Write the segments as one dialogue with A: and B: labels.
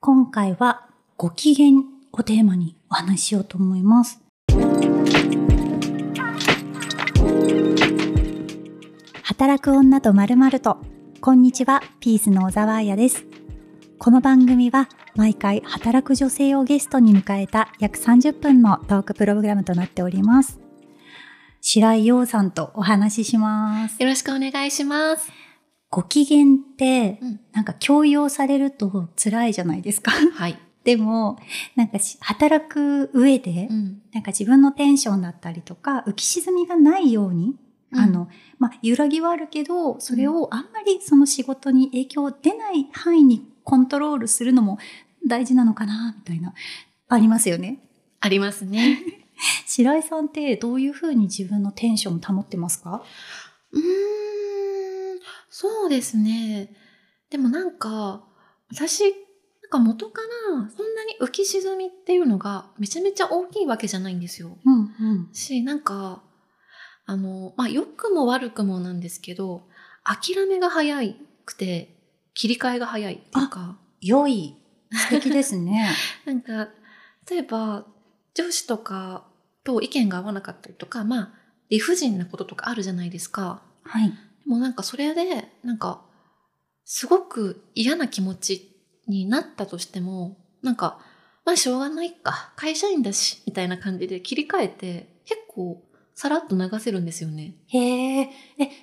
A: 今回はご機嫌をテーマにお話ししようと思います。働く女とまるまると、こんにちは、ピースの小沢彩です。この番組は毎回働く女性をゲストに迎えた約30分のトークプログラムとなっております。白井陽さんとお話しします。
B: よろしくお願いします。
A: ご機嫌って
B: うん、
A: なんか強要されると辛いじゃないですか。
B: はい。
A: でも、なんかし働く上で、
B: ん。
A: なんか自分のテンションだったりとか、浮き沈みがないように、あの、まあ、揺らぎはあるけど、それをあんまりその仕事に影響出ない範囲にコントロールするのも大事なのかな、みたいな、ありますよね。
B: ありますね。
A: 白井さんってどういうふうに自分のテンションを保ってますか
B: うーん。そうですね。でもなんか、私、なんか元からそんなに浮き沈みっていうのがめちゃめちゃ大きいわけじゃないんですよ。
A: うん、うん。
B: し、なんか、あの、まあ、良くも悪くもなんですけど、諦めが早くて、切り替えが早いっていうか、
A: 良い。素敵ですね。
B: なんか、例えば、上司とかと意見が合わなかったりとか、まあ、理不尽なこととかあるじゃないですか。
A: はい。
B: でもなんかそれで、なんか、すごく嫌な気持ちになったとしても、なんか、まあしょうがないか、会社員だし、みたいな感じで切り替えて、結構、さらっと流せるんですよね。
A: へえ、え、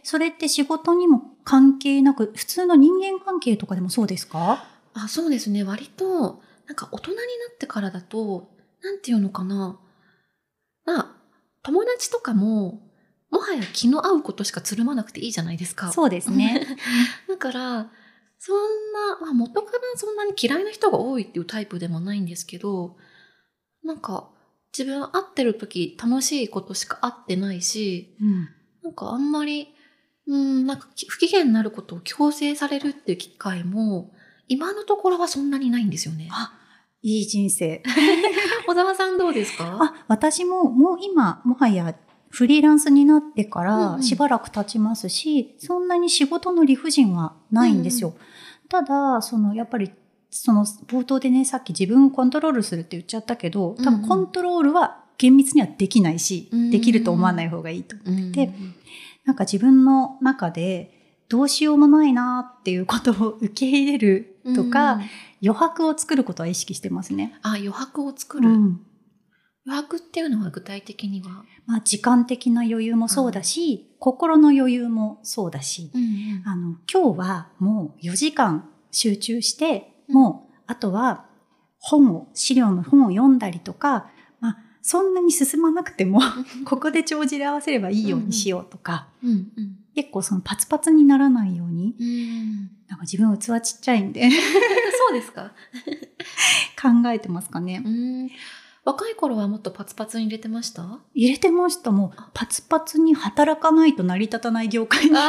A: それって仕事にも関係なく、普通の人間関係とかでもそうですか
B: あ、そうですね。割と、なんか大人になってからだと、なんていうのかな。まあ、友達とかも、もはや気の合うことしかつるまなくていいじゃないですか。
A: そうです ね。
B: だから、そんな、まあ、元からそんなに嫌いな人が多いっていうタイプでもないんですけど、なんか、自分会ってる時楽しいことしか会ってないし、
A: うん。
B: なんかあんまり、うん、なんかき不機嫌になることを強制されるっていう機会も、今のところはそんなにないんですよね。
A: あいい人生。
B: 小沢さんどうですか
A: あ、私ももう今、もはやフリーランスになってか
B: うんう
A: ら
B: ん
A: しばらく経ちますし、そんなに仕事の理不尽はないんですよ。ただ、その、やっぱり、その冒頭でね、さっき自分をコントロールするって言っちゃったけど、多
B: うんう
A: 分
B: ん
A: コントロールは厳密にはできないし、
B: うんうん
A: できると思わない方がいいと
B: うん
A: でなんか自分の中でどうしようもないなっていうことを受け入れるとか、
B: うん
A: 余白を作ることは意識してますね。
B: あ、余白を作る、
A: うん
B: 余白っていうのは具体的には。
A: まあ、時間的な余裕もそうだし、心の余裕もそうだし、
B: あ
A: あの、今日はもう4時間集中して、
B: うん
A: もう、あとは本を、資料の本を読んだりとか、まあ、そんなに進まなく ても、ここで帳尻合わせればいいようにしようとか、
B: うんうん
A: 結構そのパツパツにならないように、
B: うん、
A: なんか自分器ちっちゃいんで
B: そうですか。
A: 考えてますかね。
B: うん若い頃はもっとパツパツに入れてましたあ
A: 入れてました。もうパツパツに働かないと成り立たない業界に
B: そうだ、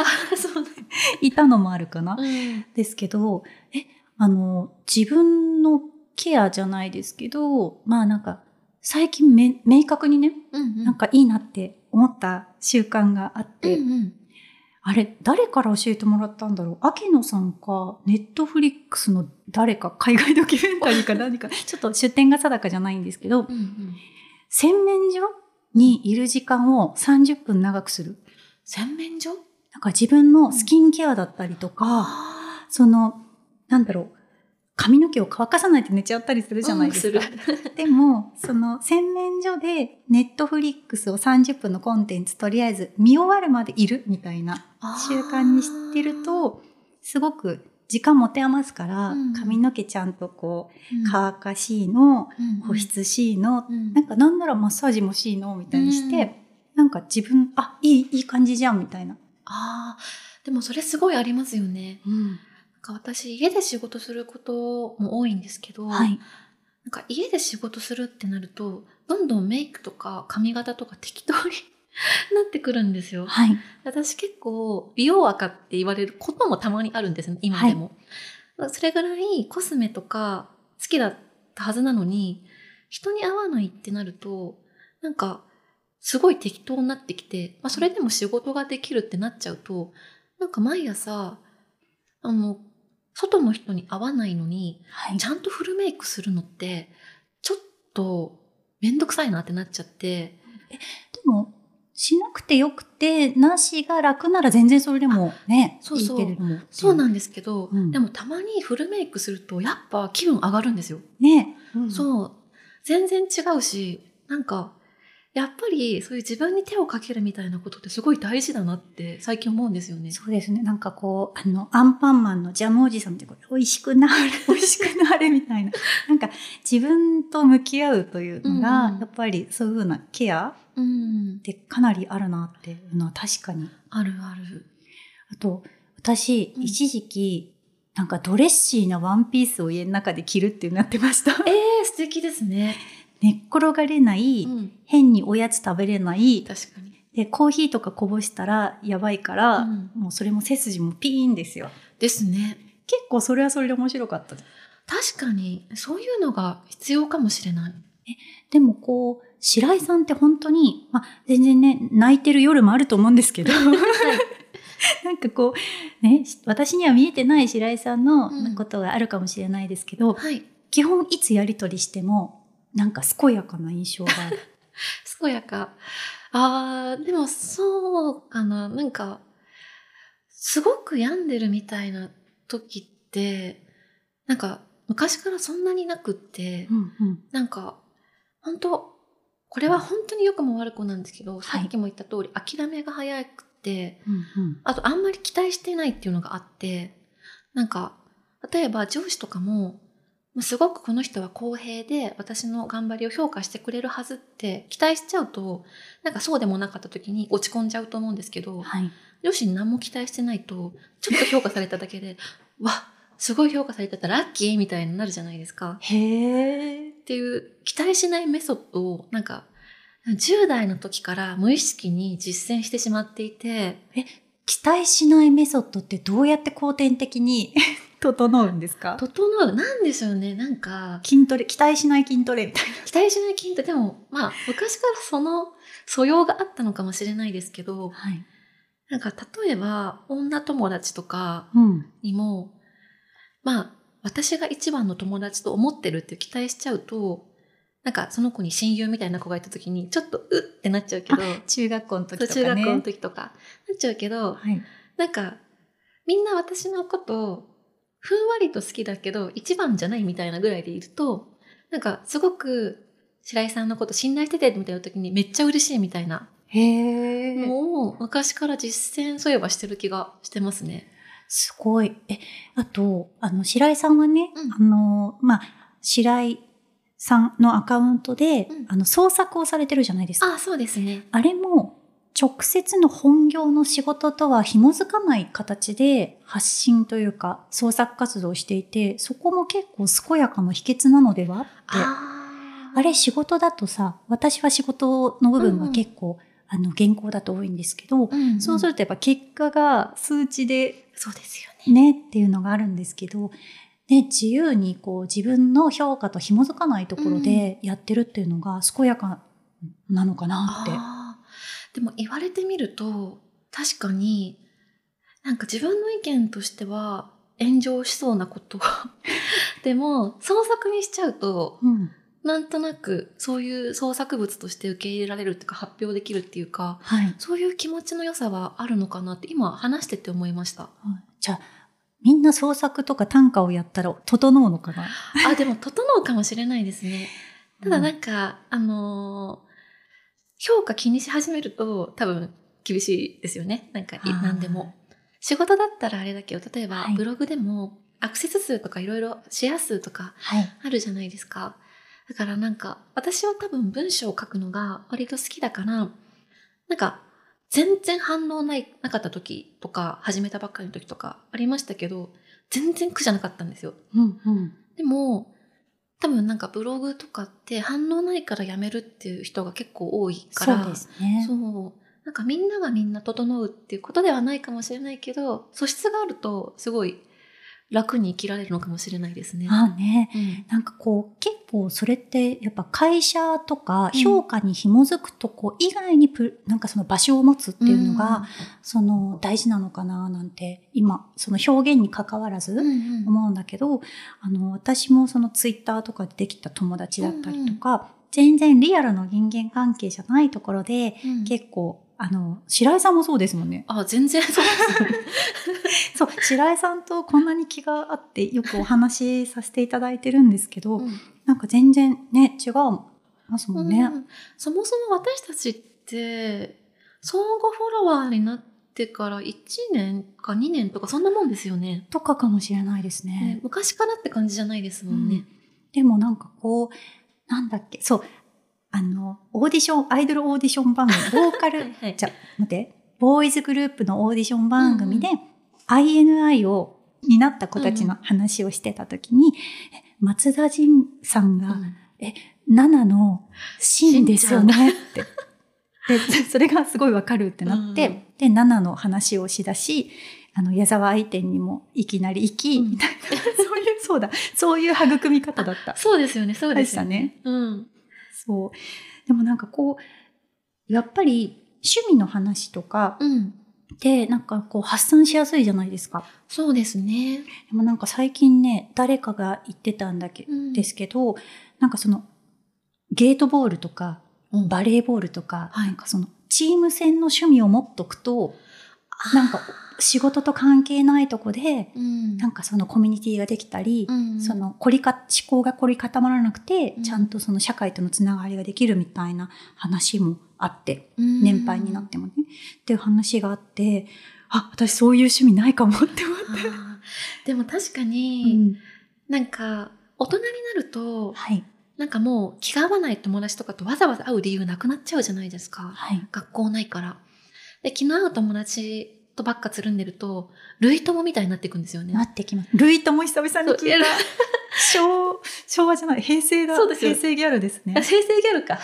A: いたのもあるかな。
B: うん
A: ですけど、え、あの、自分のケアじゃないですけど、まあなんか、最近め、明確にね、
B: うん
A: なんかいいなって思った習慣があっ
B: うん
A: て、
B: うん
A: あれ、誰から教えてもらったんだろう秋野さんか、ネットフリックスの誰か、海外ドキュメンタリーか何 か、ちょっと出典が定かじゃないんですけど、
B: うんうん
A: 洗面所にいる時間を30分長くする。
B: 洗面所
A: なんか自分のスキンケアだったりとか、
B: あ
A: その、なんだろう、髪の毛を乾かさないと寝ちゃったりするじゃないですか。でも、その洗面所でネットフリックスを30分のコンテンツとりあえず見終わるまでいるみたいな 習慣にしてる、と、すごく時間持て余すから、
B: うん
A: 髪の毛ちゃんとこう、
B: うん
A: 乾かしいの、
B: うん
A: 保湿しいの
B: うん
A: なんかなんならマッサージもしいのみたいにして、なんか自分、あ、いい、いい感じじゃんみたいな。
B: あーでもそれすごいありますよね。なんか私家で仕事することも多いんですけど、
A: はい。
B: なんか家で仕事するってなるとどんどんメイクとか髪型とか適当に なってくるんですよ。
A: はい。
B: 私結構美容赤って言われることもたまにあるんですね今でも、それぐらいコスメとか好きだったはずなのに人に合わないってなるとなんかすごい適当になってきて、まあ、それでも仕事ができるってなっちゃうとなんか毎朝あの外の人に合わないのに、
A: はい
B: ちゃんとフルメイクするのって、ちょっとめんどくさいなってなっちゃって、
A: でも、しなくてよくて、なしが楽なら全然それでもね、
B: そうそう
A: いいけれども。
B: そうなんですけど、
A: うん
B: でもたまにフルメイクするとやっぱ気分上がるんですよ。
A: ね。う。
B: そう。全然違うし、なんか、やっぱりそういう自分に手をかけるみたいなことってすごい大事だなって最近思うんですよね。
A: そうですね。なんかこう、あの、アンパンマンのジャムおじさんってこう、美味しく なれ、美味しくなれみたいな。なんか、自分と向き合うというのが、
B: うんうん
A: やっぱりそういうふうなケア
B: うん
A: っ。てかなりあるなっていうのは確かに。
B: あるある。
A: あと、私、
B: うん
A: 一時期、なんかドレッシーなワンピースを家の中で着るっていうのやってました。
B: えー、素敵ですね。
A: 寝っ転がれない、
B: うん。
A: 変におやつ食べれない、
B: 確かに。
A: で、コーヒーとかこぼしたらやばいから、
B: うん
A: もうそれも背筋もピーンですよ。
B: ですね。
A: 結構それはそれで面白かった。
B: 確かに、そういうのが必要かもしれない。
A: でもこう、白井さんって本当に、まあ、全然ね、泣いてる夜もあると思うんです けど、なんかこう、ね、し私には見えてない白井さんの
B: うん
A: ことがあるかもしれないですけど、
B: はい。
A: 基本いつやりとりしても、なんか健やかな印象がある。
B: 健やか。あー、でもそうかな。なんか、すごく病んでるみたいな時って、なんか、昔からそんなになくって、
A: うんうん
B: なんか、本当これは本当に良くも悪くもなんですけ
A: は
B: ど、
A: い
B: さっきも言った通り、諦めが早くて、
A: うんうん
B: あとあんまり期待してないっていうのがあって、なんか、例えば上司とかも、まあすごくこの人は公平で私の頑張りを評価してくれるはずって期待しちゃうと、なんかそうでもなかった時に落ち込んじゃうと思うんですけど、
A: はい。
B: 上司に何も期待してないと、ちょっと評価されただけで、 わ、すごい評価されてたラッキーみたいになるじゃないですか。
A: へえ。
B: っていう期待しないメソッドをなんか10代の時から無意識に実践してしまっていて
A: 期待しないメソッドってどうやって後天的に 整うんですか
B: 整うなんでしょうねなんか
A: 筋トレ、期待しない筋トレみたい
B: 期待しない筋トレでもまあ昔からその素養があったのかもしれないですけど
A: な。はい。
B: なんか例えば女友達とか
A: うん。
B: にもまあ私が一番の友達と思ってるって期待しちゃうとなんかその子に親友みたいな子がいた時にちょっとうってなっちゃうけど
A: 中学校の時とか
B: 中
A: ね。
B: 学校の時とかなっちゃうけど、
A: はい。
B: なんか、みんな私のこと、ふんわりと好きだけど、一番じゃないみたいなぐらいでいると、なんか、すごく、白井さんのこと信頼しててみたいな時にめっちゃ嬉しいみたいな。
A: へえ。
B: もう、昔から実践そういえばしてる気がしてますね。
A: すごい。え、あと、あの、白井さんはね、
B: うん
A: あの、まあ、白井さんのアカウントで、
B: うん
A: あの、創作をされてるじゃないですか。
B: あ、そうですね。
A: あれも、直接の本業の仕事とは紐づかない形で発信というか創作活動をしていて、そこも結構健やかの秘訣なのではって。
B: あ
A: あれ仕事だとさ、私は仕事の部分が結構、あの、原稿だと多いんですけど、
B: うん、
A: そうす
B: る。
A: るとやっぱ結果が数値で
B: そうですよ
A: ね
B: ね。
A: っていうのがあるんですけど、ね、自由にこう自分の評価と紐づかないところでやってるっていうのが健やかなのかなって。
B: あーでも言われてみると確かになんか自分の意見としては炎上しそうなこと でも創作にしちゃうと
A: うん。
B: なんとなくそういう創作物として受け入れられるっていうか発表できるっていうか
A: はい。
B: そういう気持ちの良さはあるのかなって今話してて思いました
A: じゃあ、みんな創作とか短歌をやったら整うのかな
B: あでも整うかもしれないですねただなんか、あのー評価気にし始めると多分厳しいですよね。なんかい
A: あー
B: 何でも。仕事だったらあれだけど、例えば
A: はい
B: ブログでもアクセス数とかいろいろシェア数とか
A: はい。
B: あるじゃないですか。だからなんか私は多分文章を書くのが割と好きだから、なんか全然反応ない、なかった時とか始めたばっかりの時とかありましたけど、全然苦じゃなかったんですよ。
A: うんうん。
B: でも、多分なんかブログとかって反応ないからやめるっていう人が結構多いか
A: そ
B: ら。
A: うですね
B: そ。うなんかみんながみんな整うっていうことではないかもしれないけど、素質があるとすごい楽に生きられるのかもしれないですね。
A: ああね。
B: うん
A: なんかこう、結構それって、やっぱ会社とか評価に紐づくとこ以外にプ、なんかその場所を持つっていうのが、、その大事なのかななんて、今、その表現に関わらず、
B: うんうんうん
A: 思うんだけど、あの、私もそのツイッターとかでできた友達だったりとか、全然リアルの人間関係じゃないところで、
B: うん
A: 結構、あの、白井さんもそうですもんね。
B: あ、全然そうですね。
A: そう、白井さんとこんなに気があってよくお話しさせていただいてるんですけど、なんか全然ね、違いますもんね。
B: うんそもそも私たちって、相互フォロワーになってから1年か2年とかそんなもんですよね。
A: とかかもしれないです
B: ね
A: ね。
B: 昔からって感じじゃないですもんね。
A: でもなんかこう、なんだっけ、そう、あの、オーディション、アイドルオーディション番 組、ボーカル
B: はいはい
A: じゃ、待って、ボーイズグループのオーディション番組で、INI を、になった子たちの話をしてた時に、え松田仁さん
B: う
A: が、
B: ん
A: 7の真ですよねって。で、それがすごいわかるってなって、
B: うん
A: で、7の話をしだし、あの、矢沢相手にもいきなり行き、
B: うん
A: みたいな、そういう、そうだ、そういう育み方だった。
B: そうですよね、そう
A: で
B: で
A: し
B: す
A: た
B: よね。
A: ね。
B: うん。
A: そう。でもなんかこう、やっぱり趣味の話とか
B: うん。
A: ってなんかこう発散しやすいじゃないですか。
B: そうですね。
A: でもなんか最近ね、誰かが言ってたんだけ、
B: うん
A: ですけど、なんかその、ゲートボールとか、
B: うん
A: バレーボールとか、
B: はい
A: なんかその、チーム戦の趣味を持っとくと、なんか、仕事と関係ないとこで、
B: うん
A: なんかそのコミュニティができたり、
B: うんうん
A: その凝りか思考が凝り固まらなくて、
B: うん
A: ちゃんとその社会とのつながりができるみたいな話もあって、
B: うん
A: 年配になってもね、っていう話があってあ私そういう趣味ないかもって思って、
B: あーでも確か
A: う
B: に、
A: ん
B: なんか、大人になると、
A: はい
B: なんかもう気が合わない友達とかとわざわざ会う理由なくなっちゃうじゃないですか。
A: はい
B: 学校ないから。で、気の合う友達とばっかつるんでると、類友みたいになっていくんですよね
A: な。ってきますルイとも久々に
B: そう
A: 聞いた昭昭和じゃない平成だ
B: そうですよ
A: 平成ギャルです
B: あ
A: ね
B: 生成ギャル か。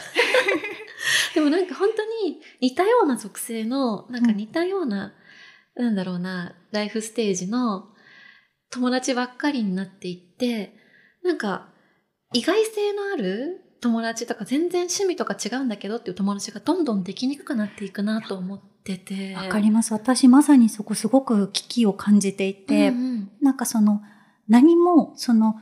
B: でもなんか本当に似たような属性の、なんか似たような、なんだろうな、ライフステージの友達ばっかりになっていって、なんか意外性のある友達とか全然趣味とか違うんだけどっていう友達がどんどんできにくくなっていくなと思ってて。
A: わかります私まさにそこすごく危機を感じていて、
B: うんうん
A: なんかその何もその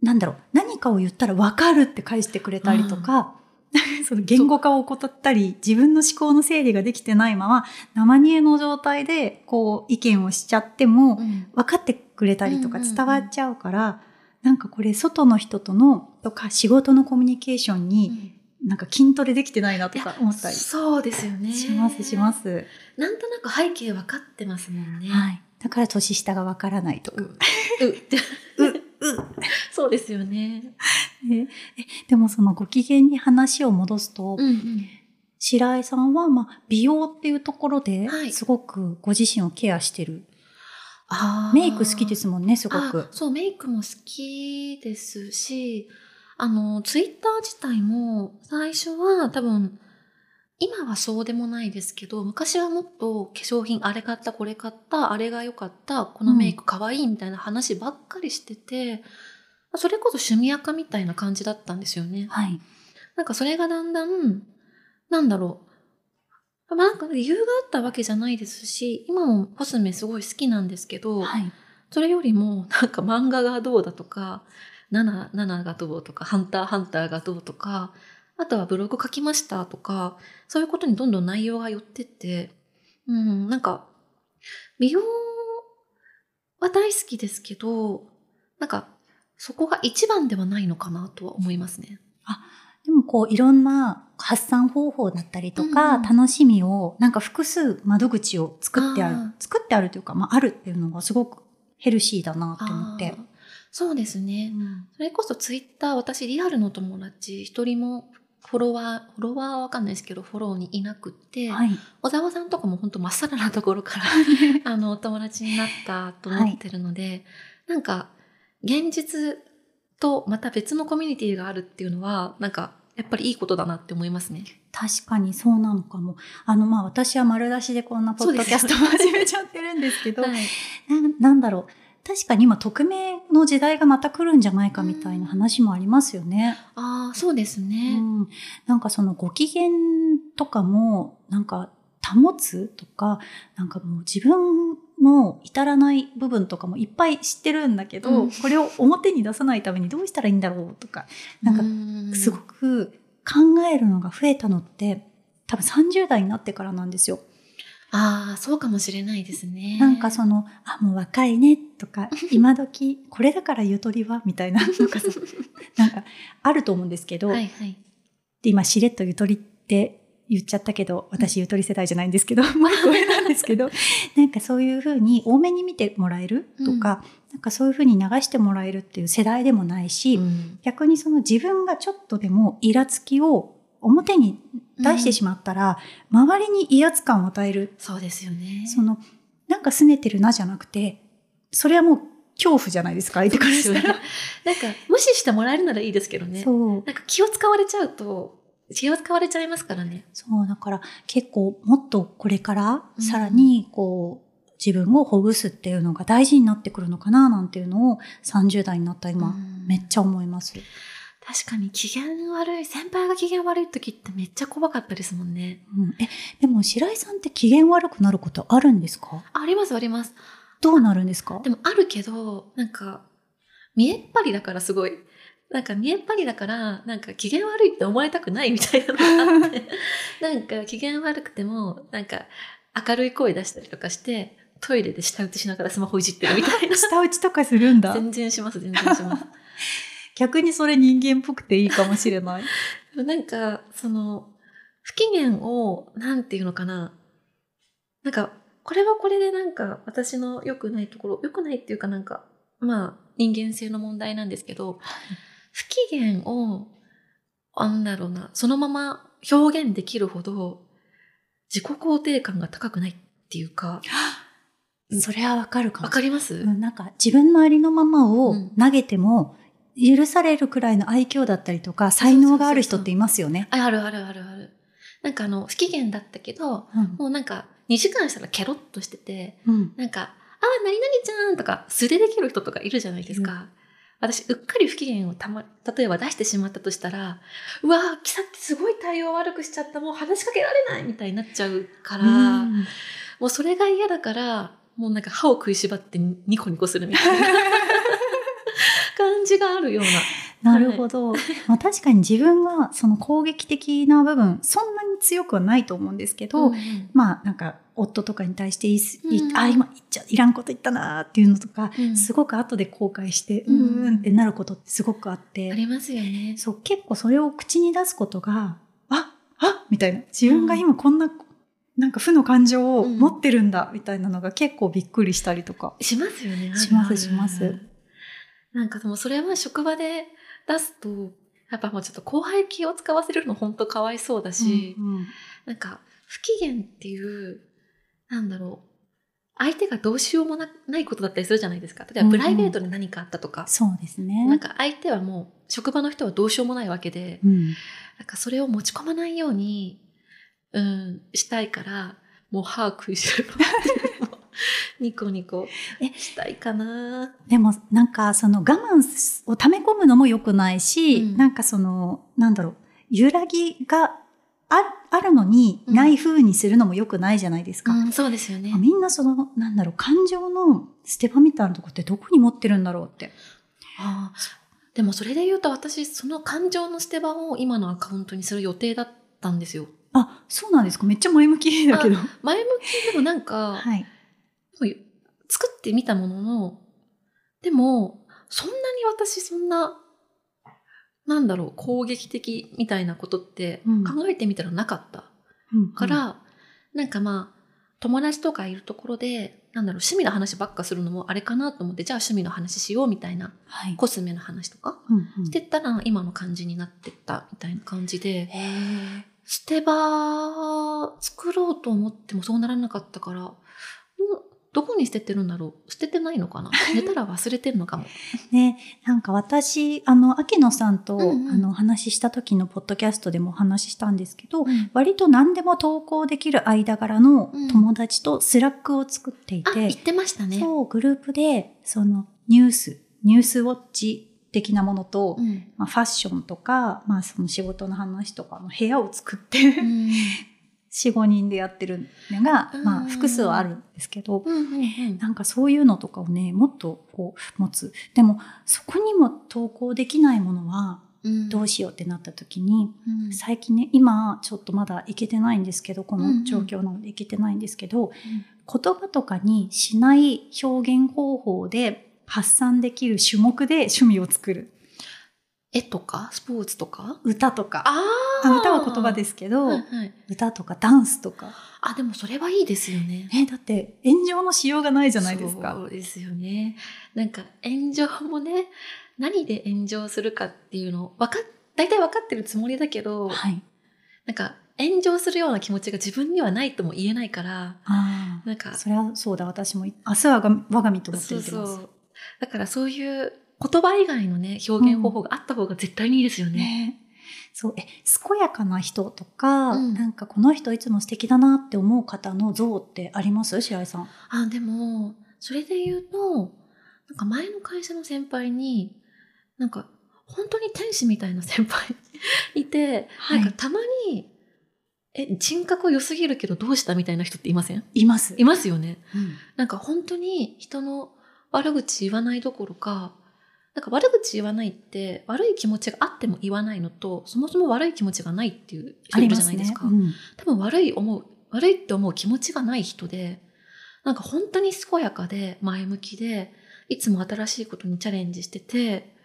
A: なんだろう何かを言ったら分かるって返してくれたりとか、 その言語化を怠ったり自分の思考の整理ができてないまま生煮えの状態でこう意見をしちゃっても
B: うん
A: 分かってくれたりとか
B: うんうんうん
A: 伝わっちゃうから、なんかこれ外の人とのとか仕事のコミュニケーション
B: う
A: に
B: ん
A: なんか筋トレできてないなとか思ったりし
B: そうですよね。
A: ますします。
B: なんとなく背景分かってますもんね。
A: はい、だから年下が分からないとか
B: う。うって。そうですよね。
A: ねえでもそのご機嫌に話を戻すと、
B: うんうん。
A: 白井さんはまあ美容っていうところで
B: はい
A: すごくご自身をケアしてる、
B: あ
A: メイク好きですすもんねすごく
B: そう、メイクも好きですし、あの、ツイッター自体も最初は多分、今はそうでもないですけど、昔はもっと化粧品、あれ買った、これ買った、あれが良かった、このメイク可愛いみたいな話ばっかりしてて、それこそ趣味垢みたいな感じだったんですよね。
A: はい
B: なんかそれがだんだん、なんだろう。まあなんか理由があったわけじゃないですし、今もコスメすごい好きなんですけど、
A: はい
B: それよりもなんか漫画がどうだとか、ナナ、ナナがどうとか、ハンター、ハンターがどうとか、あとはブログ書きましたとか、そういうことにどんどん内容が寄ってって、うん、なんか、美容は大好きですけど、なんか、そこが一番ではないのかなとは思いますね。
A: でもこういろんな発散方法だったりとか、
B: うんうん
A: 楽しみをなんか複数窓口を作ってある
B: あー
A: 作ってあるというか、まあ、あるっていうのがすごくヘルシーだなって思って
B: あー。そうですね。それこそツイッター、私リアルの友達一人もフォロワー、フォロワーはわかんないですけど、フォローにいなくって、
A: はい、
B: 小沢さんとかも本当まっさらなところから あのお友達になったと思ってるので、なんか現実とまた別のコミュニティがあるっていうのはなんかやっぱりいいことだなって思いますね。
A: 確かにそうなのかも。あの、まあ、私は丸出しでこんなポッドキャストを
B: そうです
A: 始めちゃってるんですけど、
B: い、
A: ななんだろう確かに今匿名の時代がまた来るんじゃないかみたいな話もありますよね。
B: ああ、そうです
A: う
B: ね。
A: ん、なんかそのご機嫌とかもなんか保つとかなんかもう自分の至らない部分とかもいっぱい知ってるんだけど、
B: うん
A: これを表に出さないためにどうしたらいいんだろうとかなんか
B: か
A: すごく考えるのが増えたのって多分30代になってからなんですよ。
B: ああ、そうかもしれないですね。
A: なんかその「あもう若いね」とか 「今時これだからゆとりは」みたいななんかそうなんかあると思うんですけど、
B: はいはい。
A: で今しれっとゆとりって言っちゃったけど私ゆとり世代じゃないんですけど もう一個上なんですけ どなんかそういうふうに多めに見てもらえるとか、なんかそういうふうに流してもらえるっていう世代でもないし、
B: うん
A: 逆にその自分がちょっとでもイラつきを表に出してしまったら、周りに威圧感を与える
B: そうですよね。
A: そのなんか拗ねてるなじゃなくてそれはもう恐怖じゃないですか相手から
B: です
A: し
B: よ
A: た
B: ね。
A: ら。
B: なんか、無視してもらえるならいいですけどね。
A: そう
B: なんか気を使われちゃうと、気を使われちゃいますからね。
A: そうだから結構もっとこれからさらにこう、自分をほぐすっていうのが大事になってくるのかななんていうのを30代になった今、
B: うん
A: めっちゃ思います。
B: 確かに機嫌悪い、先輩が機嫌悪い時ってめっちゃ怖かったですもんね。
A: うん、えでも白井さんって機嫌悪くなることあるんですか
B: あありますあります。
A: どうなるんですか
B: でもあるけど、なんか、見えっ張りだからすごい。なんか見えっ張りだから、なんか機嫌悪いって思われたくないみたいなのが あって、なんか機嫌悪くても、なんか明るい声出したりとかして、トイレで舌打ちしながらスマホいじってるみたいな。
A: 下打ちとかするんだ
B: 全然します、全然し ます。
A: 逆にそれ人間っぽくていいかもしれない。
B: なんか、その、不機嫌を、なんていうのかな。なんか、これはこれでなんか、私の良くないところ、良くないっていうかなんか、まあ、人間性の問題なんですけど、不機嫌を、なんだろうな、そのまま表現できるほど、自己肯定感が高くないっていうか、
A: それはわかるか
B: わ
A: も。
B: かります、
A: うんなんか自分のありのままを
B: うん
A: 投げても許されるくらいの愛嬌だったりとか才能がある人っていますよね。
B: ああるあるあるある。なんかあの、不機嫌だったけど、
A: うん
B: もうなんか、2時間したらケロッとしてて、
A: うん
B: なんか、あ、何々ちゃんとか素でできる人とかいるじゃないですか。私、うっかり不機嫌をたま、例えば出してしまったとしたら、うわぁ、キサってすごい対応悪くしちゃった、もう話しかけられないみたいになっちゃうから、
A: うん
B: もうそれが嫌だから、もうなんか歯を食いしばってニニコニコするみたいな 感じがあるような。
A: なるほど、まあ、確かに自分がその攻撃的な部分そんなに強くはないと思うんですけど、
B: うん
A: まあなんか夫とかに対していいす、いい
B: うん
A: あ今言っちゃいらんこと言ったなーっていうのとか、
B: うん
A: すごく後で後悔してう
B: うん
A: んうんってなることってすごくあって、
B: ありますよね。
A: そう結構それを口に出すことがああみたいな自分が今こんな、なんか負の感情を持ってるんだ、みたいなのが結構びっくりしたりとか。
B: しますよね。
A: します
B: あるある
A: します。
B: なんかでもそれは職場で出すと、やっぱもうちょっと後輩気を使わせるの本当かわいそうだし、
A: うんうん
B: なんか不機嫌っていう、なんだろう。相手がどうしようもなないことだったりするじゃないですか。例え
A: うんう
B: ば
A: ん
B: プライベートで何かあったとか、
A: そうですね。
B: なんか相手はもう職場の人はどうしようもないわけで、
A: うん、
B: なんかそれを持ち込まないように、うん、したいから、もう歯食いしばって、ニコニコしたいかな。
A: でもなんかその我慢を溜め込むのも良くないし、
B: うん
A: なんかそのなんだろう揺らぎがああるのにない風にするのも良くないじゃないですか。
B: うん、そうですよね。
A: みんなそのなんだろう感情の捨て場みたいなとこってどこに持ってるんだろうって。
B: ああでもそれで言うと私その感情の捨て場を今のアカウントにする予定だったんですよ。
A: あ、そうなんですか。めっちゃ前向きだけど。
B: 前向きでもなんか、
A: はい。
B: でも作ってみたもののでもそんなに私そんななんだろう攻撃的みたいなことって
A: うん
B: 考えてみたらなかった。か
A: うん、
B: ら、なんかまあ、友達とかいるところで、なんだろう、趣味の話ばっかするのもあれかなと思って、じゃあ趣味の話しようみたいな、
A: はい。
B: コスメの話とか
A: うんうん
B: してったら、今の感じになってったみたいな感じで、
A: へー
B: 捨て場作ろうと思ってもそうならなかったから、うんどこに捨ててるんだろう捨ててないのかな寝たら忘れてるのかも。
A: ね、なんか私、あの、秋野さんと、
B: うんうん
A: あの、お話しした時のポッドキャストでもお話ししたんですけど、
B: うん
A: 割と何でも投稿できる間柄の
B: うん
A: 友達とスラックを作ってい
B: あ、
A: て、
B: 言ってましたね。
A: そう、グループで、その、ニュース、ニュースウォッチ的なものと、
B: うん
A: まあ、ファッションとか、まあ、その仕事の話とかの部屋を作って、
B: うん
A: 4、5人でやってるのが、
B: う
A: ま
B: ん
A: あ、複数はあるんですけど、
B: うんうんうん
A: なんかそういうのとかをね、もっとこう持つ。でも、そこにも投稿できないものは
B: うん
A: どうしようってなった時に、
B: うん
A: 最近ね、今ちょっとまだいけてないんですけど、こ
B: うんうん
A: の状況なのでいけてないんですけど、言葉とかにしない表現方法で発散できる種目で趣味を作る。
B: 絵とかスポーツとか
A: 歌とか。
B: あ
A: あ歌は言葉ですすけど、
B: はいはい、
A: 歌とかダンスとか。
B: あでもそれはいいですよね。
A: ね、だって炎上のしようがないじゃないですか。
B: そうですよね。なんか炎上もね、何で炎上するかっていうのを、わかっ、大体わかってるつもりだけど、
A: はい。
B: なんか炎上するような気持ちが自分にはないとも言えないから、
A: あ
B: なんか
A: あ。、そりゃそうだ、私もい、明日はが我が身と思って
B: そ
A: 生
B: う
A: きてます。
B: そう。だからそういう言葉以外のね、表現方法があった方が絶対にいいですよね。
A: ねそう、え、健やかな人とか、
B: うん
A: なんかこの人いつも素敵だなって思う方の像ってあります白井さん。
B: あ、でも、それで言うと、なんか前の会社の先輩に、なんか、本当に天使みたいな先輩 いて、
A: はい
B: なんかたまに、え、人格良すぎるけどどうしたみたいな人っていません
A: います。
B: いますよね。
A: うん
B: なんか本当に人の悪口言わないどころか、なんか悪口言わないって悪い気持ちがあっても言わないのと、そもそも悪い気持ちがないっていう人
A: あ
B: い
A: り
B: る
A: ま
B: じゃな
A: す
B: いで
A: ね
B: す。か。
A: うん
B: 多分悪い思う、悪いって思う気持ちがない人で、なんか本当に健やかで前向きで、いつも新しいことにチャレンジしてて、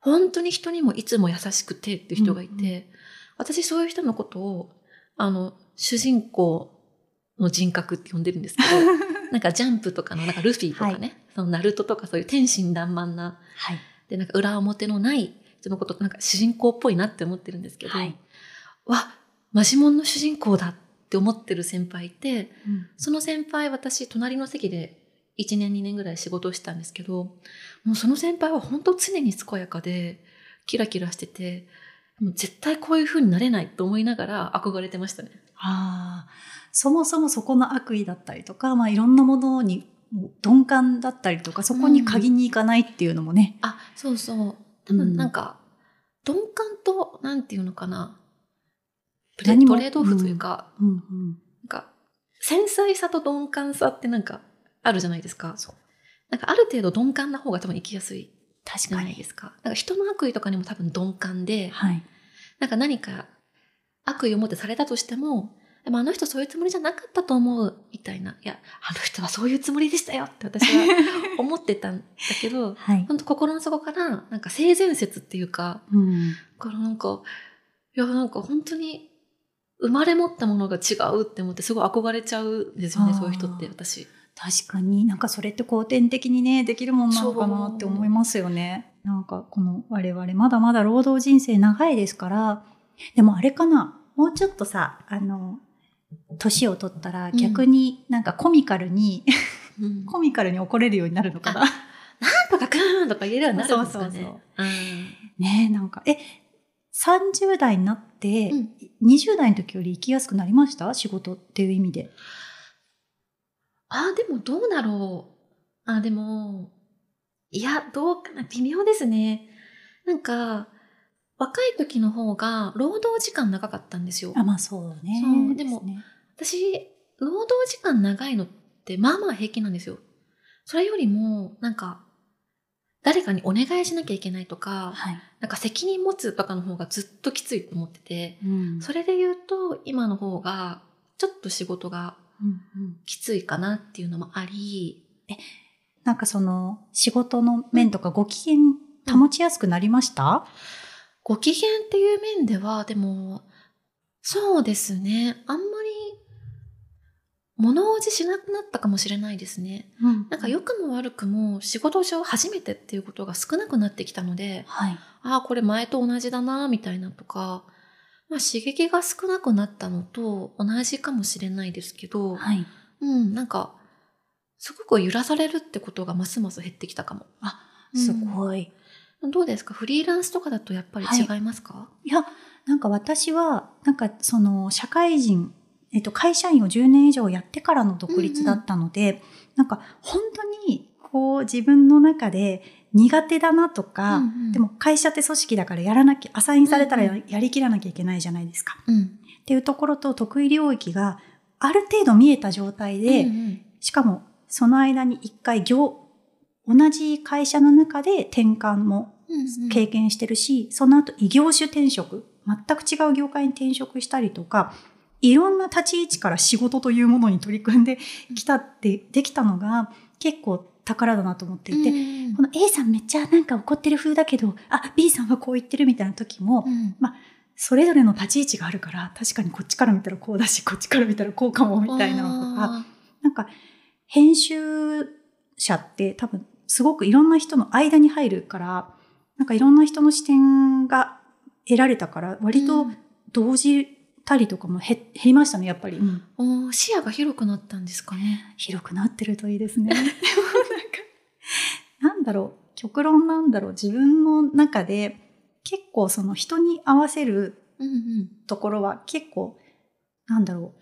B: 本当に人にもいつも優しくてっていう人がいて、
A: うんう
B: 私そういう人のことを、あの、主人公の人格って呼んでるんですけど、 なんかジャンプとかの、なんかルフィとかね、そのナルトとかそういう天真爛漫な、
A: はい。
B: で、なんか裏表のない人のこと、なんか主人公っぽいなって思ってるんですけど、
A: はい
B: わ、マジモンの主人公だって思ってる先輩いて、
A: うん
B: その先輩私隣の席で1年2年ぐらい仕事をしたんですけど、もうその先輩は本当常に健やかで、キラキラしてて、もう絶対こういう風になれないと思いながら憧れてましたね。
A: ああ、そもそもそこの悪意だったりとか、まあいろんなものに鈍感だったりとか、そこに鍵に行かないっていうのもね。
B: あ、そうそう。多
A: うん
B: 分なんか、鈍感と、なんていうのかな。トレ
A: 何も
B: トレードオフというか、
A: うんうん。
B: なんか、繊細さと鈍感さってなんか、あるじゃないですか。
A: そう
B: なんか、ある程度鈍感な方が多分生きやすい
A: 確
B: じゃ
A: か
B: ないで
A: に。
B: すか。なんか、人の悪意とかにも多分鈍感で、
A: はい。
B: なんか何か悪意を持ってされたとしても、でもあの人そういうつもりじゃなかったと思う、みたいな。いや、あの人はそういうつもりでしたよって私は 思ってたんだけど、
A: はい。
B: 本当心の底から、なんか性善説っていうか、
A: うん。
B: だからなんか、いや、なんか本当に、生まれ持ったものが違うって思って、すごい憧れちゃうんですよね、
A: あー
B: そういう人って、私。
A: 確かになんかそれって後天的にねできるもんなのかなって思いますよね。なんかこの我々まだまだ労働人生長いですからでもあれかなもうちょっとさあの年を取ったら逆になんかコミカルに、
B: うん。
A: コミカルに怒れるようになるのかな。
B: なんとかくーんとか言えるようになるんですか
A: そ
B: ね。
A: うそうそう
B: うん
A: ねえなんかえ30代になって、
B: うん
A: 20代の時より生きやすくなりました仕事っていう意味で。
B: あー、でもどうだろう。あー、でも、いや、どうかな、微妙ですね。なんか、若い時の方が労働時間長かったんですよ。
A: あまあそうね。
B: そうでも
A: すね
B: 私、労働時間長いのって、まあまあ平気なんですよ。それよりも、なんか、誰かにお願いしなきゃいけないとか、
A: はい。
B: なんか責任持つとかの方がずっときついと思ってて、
A: うん
B: それで言うと、今の方が、ちょっと仕事が
A: うんうん
B: きついかなっていうのもあり、
A: なんかその仕事の面とかご機嫌保ちやすくなりました、
B: ご機嫌っていう面では、でも、そうですね、あんまり、物おじしなくなったかもしれないですね。
A: うん
B: なんか良くも悪くも仕事上初めてっていうことが少なくなってきたので、
A: はい。
B: ああ、これ前と同じだな、みたいなとか、まあ刺激が少なくなったのと同じかもしれないですけど、
A: はい。
B: うん、なんか、すごく揺らされるってことがますます減ってきたかも。
A: すごい。
B: どうですかフリーランスとかだとやっぱり違いますか、
A: いや、なんか私は、なんかその社会人、えっと、会社員を10年以上やってからの独立だったので、なんか本当にこう自分の中で苦手だなとか、
B: うんうん
A: でも会社って組織だからやらなきゃ、アサインされたらややりきらなきゃいけないじゃないですか。
B: うん、
A: っていうところと得意領域がある程度見えた状態で、
B: うんうん
A: しかもその間に一回業、同じ会社の中で転換も
B: うんうん
A: 経験してるし、その後異業種転職、全く違う業界に転職したりとか、いろんな立ち位置から仕事というものに取り組んできたって、できたのが結構宝だなと思っていて、
B: うんうん
A: この A さんめっちゃなんか怒ってる風だけど、あ、B さんはこう言ってるみたいな時も、
B: うん
A: それぞれの立ち位置があるから、確かにこっちから見たらこうだし、こっちから見たらこうかもみたいなのとか、
B: あ
A: なんか編集者って多分すごくいろんな人の間に入るからなんかいろんな人の視点が得られたから
B: ー
A: 割と動じたりとかも減減りましたねやっぱり、
B: うんおー視野が広くなったんですかね。
A: 広くなってるといいですね でもなんかなんだろう極論なんだろう自分の中で結構その人に合わせる
B: うんうん
A: ところは結構なんだろ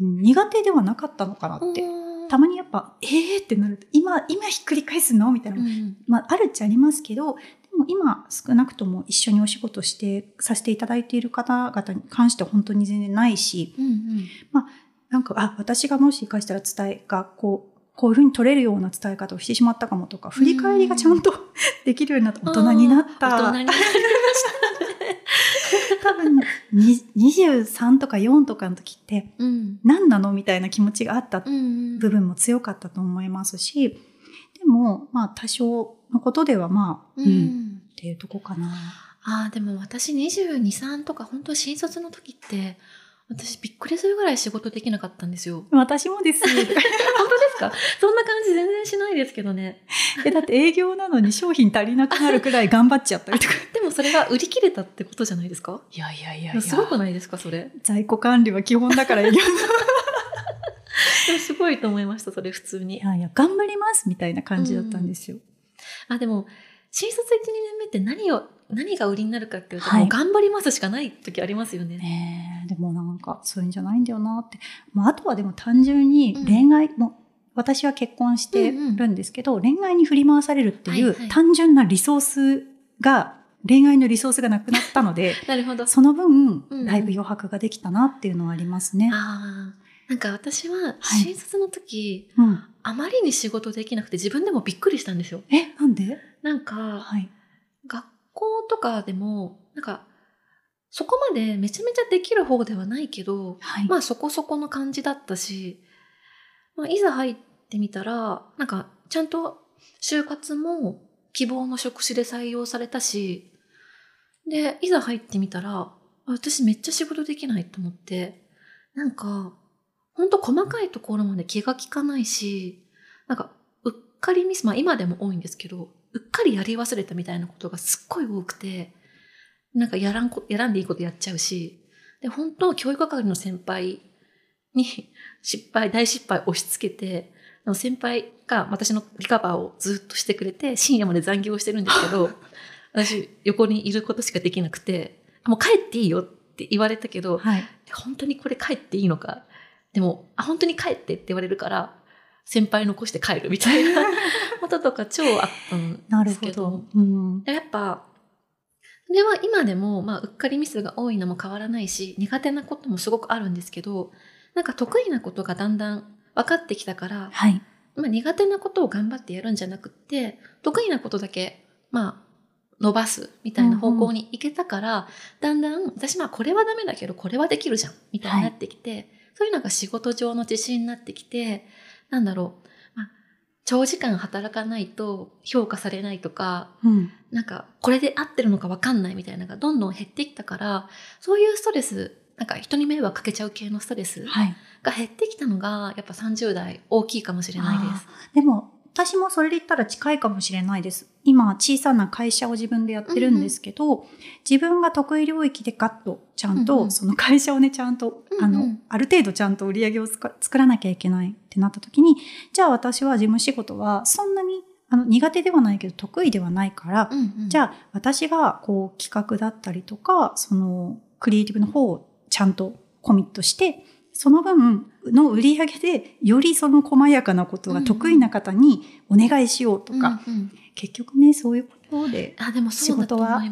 A: ううん苦手ではなかったのかなって
B: おー
A: たまにやっぱ、えーってなると、今、今ひっくり返すのみたいな。
B: うん
A: まあ、あるっちゃありますけど、でも今、少なくとも一緒にお仕事して、させていただいている方々に関しては本当に全然ないし、
B: うんうん
A: なんか、あ、私がもし返したら伝えが、こう、こういうふうに取れるような伝え方をしてしまったかもとか、振り返りがちゃんと できるようになった。大人になった。
B: あー大人になっ
A: 多分、に23とか4とかの時って、
B: た。うん
A: 何なのみたいな気持ちがあった
B: うん
A: 部分も強かったと思いますし、でも、まあ、多少のことでは、まあ、
B: う
A: うんん、
B: う
A: っ
B: ん
A: ていうとこかな。
B: ああでも私22、3とか本当新卒の時って私びっくりするぐらい仕事できなかったんですよ。
A: 私もです。
B: 本当 ですかそんな感じ全然しないですけどね。
A: え、だって営業なのに商品足りなくなるくらい頑張っちゃったりとか。
B: でもそれが売り切れたってことじゃないですか
A: いやいやいや
B: すごくないですかそれ。
A: 在庫管理は基本だから営業。い
B: でもすごいと思いましたそれ普通に。
A: やいや、頑張りますみたいな感じだったんですよ。
B: あでも新卒1、2年目って何を何が売りになるかっていうと、
A: はい
B: もう頑張りますしかない時ありますよね。
A: ねえでもなんか、そういうんじゃないんだよなって。まあ、あとはでも単純に恋愛、もう私は結婚してるんですけど、恋愛に振り回されるってい
B: はいはいう
A: 単純なリソースが、恋愛のリソースがなくなったの で、
B: なるほど。
A: その分、
B: うん
A: だいぶ余白ができたなっていうのはありますね。
B: あーなんか私は
A: はい
B: 新卒の時、
A: うん、
B: あまりに仕事できなくて自分でもびっくりしたんですよ。
A: え、なんで
B: なんか
A: はい。
B: 学校とかでもなんかそこまでめちゃめちゃできる方ではないけど、
A: はい。
B: まあそこそこの感じだったし、まあ、いざ入ってみたらなんかちゃんと就活も希望の職種で採用されたしでいざ入ってみたらあ私めっちゃ仕事できないと思ってなんかほんと細かいところまで気が利かないしなんかうっかりミスまあ今でも多いんですけどうっかりやり忘れたみたいなことがすっごい多くてなんかやらんこやらんでいいことやっちゃうしで、本当、教育係の先輩に 失敗、大失敗を押し付けて、あの先輩が私のリカバーをずっとしてくれて、深夜まで残業してるんですけど、私、横にいることしかできなくて、もう帰っていいよって言われたけど、
A: はい。
B: 本当にこれ帰っていいのか。でも、あ、本当に帰ってって言われるから、先輩残して帰るみたい なこととか超あったん
A: なる
B: です
A: ほ
B: けど
A: ど。。うん。
B: でもやっぱ、それは今でも、まあ、うっかりミスが多いのも変わらないし、苦手なこともすごくあるんですけど、なんか得意なことがだんだん分かってきたから、
A: はい。
B: まあ、苦手なことを頑張ってやるんじゃなくって、得意なことだけ、まあ、伸ばすみたいな方向に行けたから、だんだん、私まあこれはダメだけど、これはできるじゃん、みたいになってきて、そういうのが仕事上の自信になってきて、なんだろう、まあ、長時間働かないと評価されないとか、
A: うん。
B: なんか、これで合ってるのか分かんないみたいなのがどんどん減ってきたから、そういうストレス、なんか人に迷惑かけちゃう系のストレス
A: はい。
B: が減ってきたのが、やっぱ30代大きいかもしれないです。
A: でも、私もそれで言ったら近いかもしれないです。今、小さな会社を自分でやってるんですけど、うんうん、自分が得意領域でガッと、ちゃんと、うんうん、その会社をね、ちゃんと、うんうん、あの、ある程度ちゃんと売り上げを作らなきゃいけないってなった時に、じゃあ私は事務仕事はそんなにあの苦手ではないけど得意ではないから、うんうん、じゃあ私がこう企画だったりとか、そのクリエイティブの方をちゃんとコミットして、その分の売り上げでよりその細やかなことが得意な方にお願いしようとか、うんうん、結局ねそういうことで仕事は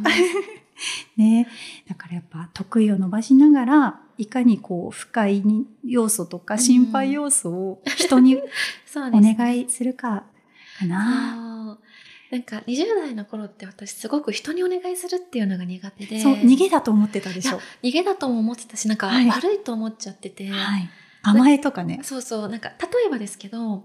A: ねだからやっぱ得意を伸ばしながらいかにこう不快に要素とか心配要素を人 に、うんね、お願いするかかな。
B: なんか20代の頃って私すごく人にお願いするっていうのが苦手で
A: そう逃げだと思ってたでしょ
B: 逃げだとも思ってたしなんか悪いと思っちゃってて、
A: はい、甘えとかね
B: そうそうなんか例えばですけど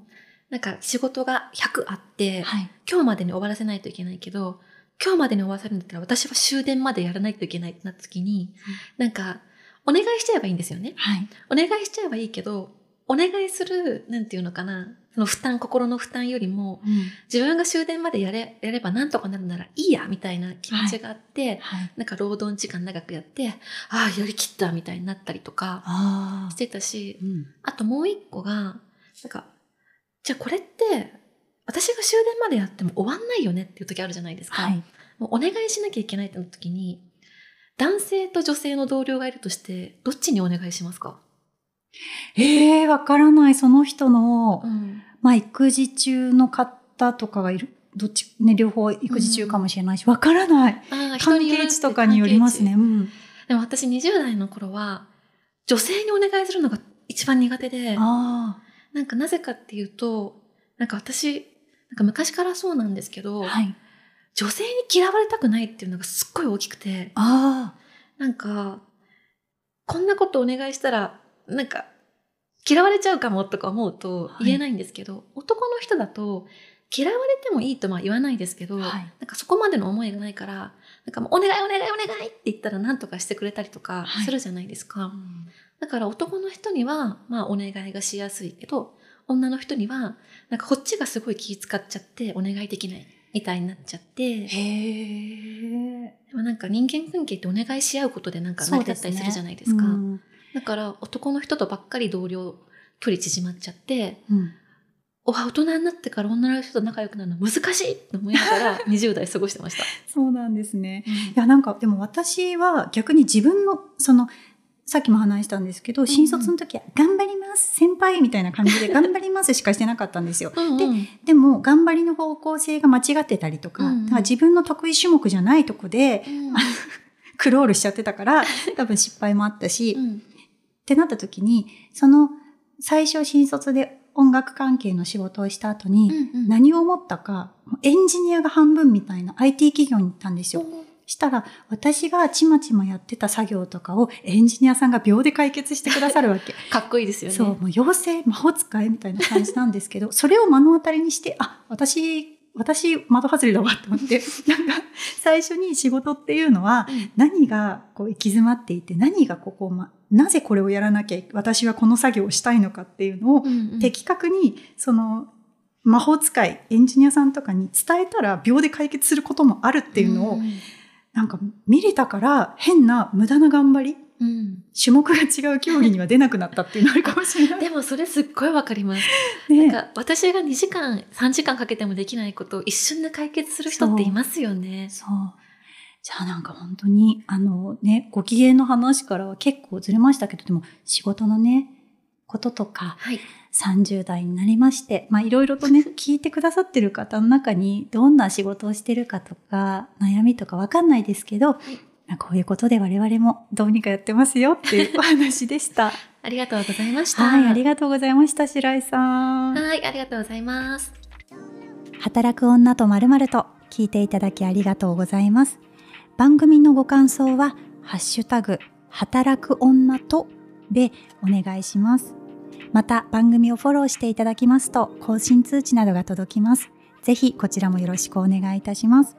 B: なんか仕事が100あって、はい、今日までに終わらせないといけないけど今日までに終わらせるんだったら私は終電までやらないといけないってなった時に、うん、なんかお願いしちゃえばいいんですよね、
A: はい、
B: お願いしちゃえばいいけどお願いする、なんていうのかな、その負担、心の負担よりも、うん、自分が終電までやれ、やればなんとかなるならいいや、みたいな気持ちがあって、はい、なんか労働時間長くやって、ああ、やりきった、みたいになったりとか、してたし、あ,うん、あともう一個が、なんか、じゃあこれって、私が終電までやっても終わんないよねっていう時あるじゃないですか。はい、もうお願いしなきゃいけないってなった時に、男性と女性の同僚がいるとして、どっちにお願いしますか
A: ええわからない。その人の、うん、まあ、育児中の方とかがいる。どっち、ね、両方育児中かもしれないし、わ、うん、からない。関係値とかによりますね。うん、
B: でも私20代の頃は、女性にお願いするのが一番苦手で、なんかなぜかっていうと、なんか私、なんか昔からそうなんですけど、はい、女性に嫌われたくないっていうのがすっごい大きくて、なんか、こんなことお願いしたらなんか、嫌われちゃうかもとか思うと言えないんですけど、はい、男の人だと、嫌われてもいいとは言わないですけど、はい、なんかそこまでの思いがないから、なんかもうお願いお願いお願いって言ったら何とかしてくれたりとかするじゃないですか。はい、だから男の人には、まあお願いがしやすいけど、女の人には、なんかこっちがすごい気使っちゃってお願いできないみたいになっちゃって。
A: へ
B: でもなんか人間関係ってお願いし合うことでなんか成り立ったりするじゃないですか。だから男の人とばっかり同僚距離縮まっちゃって、うん、お大人になってから女の人と仲良くなるの難しいと思いなが ら20代過ごしてま した。
A: そうなんですね。うん、いやなんかでも私は逆に自分のそのさっきも話したんですけど、新卒の時は、頑張ります、先輩みたいな感じ で、頑張りますしかしてなかったんですよ。うんうん、で、でも、頑張りの方向性が間違ってたりとか、うんうん、だから自分の得意種目じゃないとこで、うん、クロールしちゃってたから、 多分失敗もあったし、うんってなった時に、その最初新卒で音楽関係の仕事をした後に、うんうん、何を思ったか、エンジニアが半分みたいな IT 企業に行ったんですよ。したら、私がちまちまやってた作業とかをエンジニアさんが秒で解決してくださるわけ。
B: かっこいい ですよね。
A: そう、もう妖精、魔法使いみたいな感じなんですけど、それを目の当たりにして、あ、私私、窓外れだわと思って、 なんか、最初に仕事っていうのは、何がこう行き詰まっていて、何がここ、ま、なぜこれをやらなきゃ、私はこの作業をしたいのかっていうのを、的確に、その、魔法使い、エンジニアさんとかに伝えたら、秒で解決することもあるっていうのを、なんか、見れたから、変な無駄な頑張り、うん、種目が違う競技には出なくなったっていうのあるかもしれない。
B: でもそれすっごいわかります。ね、なんか私が2時間、3時間かけてもできないことを一瞬で解決する人っていますよね。
A: そう。そうじゃあなんか本当に、あのね、ご機嫌の話からは結構ずれましたけど、でも仕事のね、こととか、はい、30代になりまして、まあいろいろと ね、聞いてくださってる方の中に、どんな仕事をしてるかとか、悩みとかわかんないですけど、はいこういうことで我々もどうにかやってますよっていうお話でした。
B: ありがとうございました。
A: はい、ありがとうございました、白井さん。
B: はい、ありがとうございます。
A: 働く女とまるまると聞いていただきありがとうございます。番組のご感想は、ハッシュタグ、働く女とでお願いします。また番組をフォローしていただきますと、更新通知などが届きます。ぜひこちらもよろしくお願いいたします。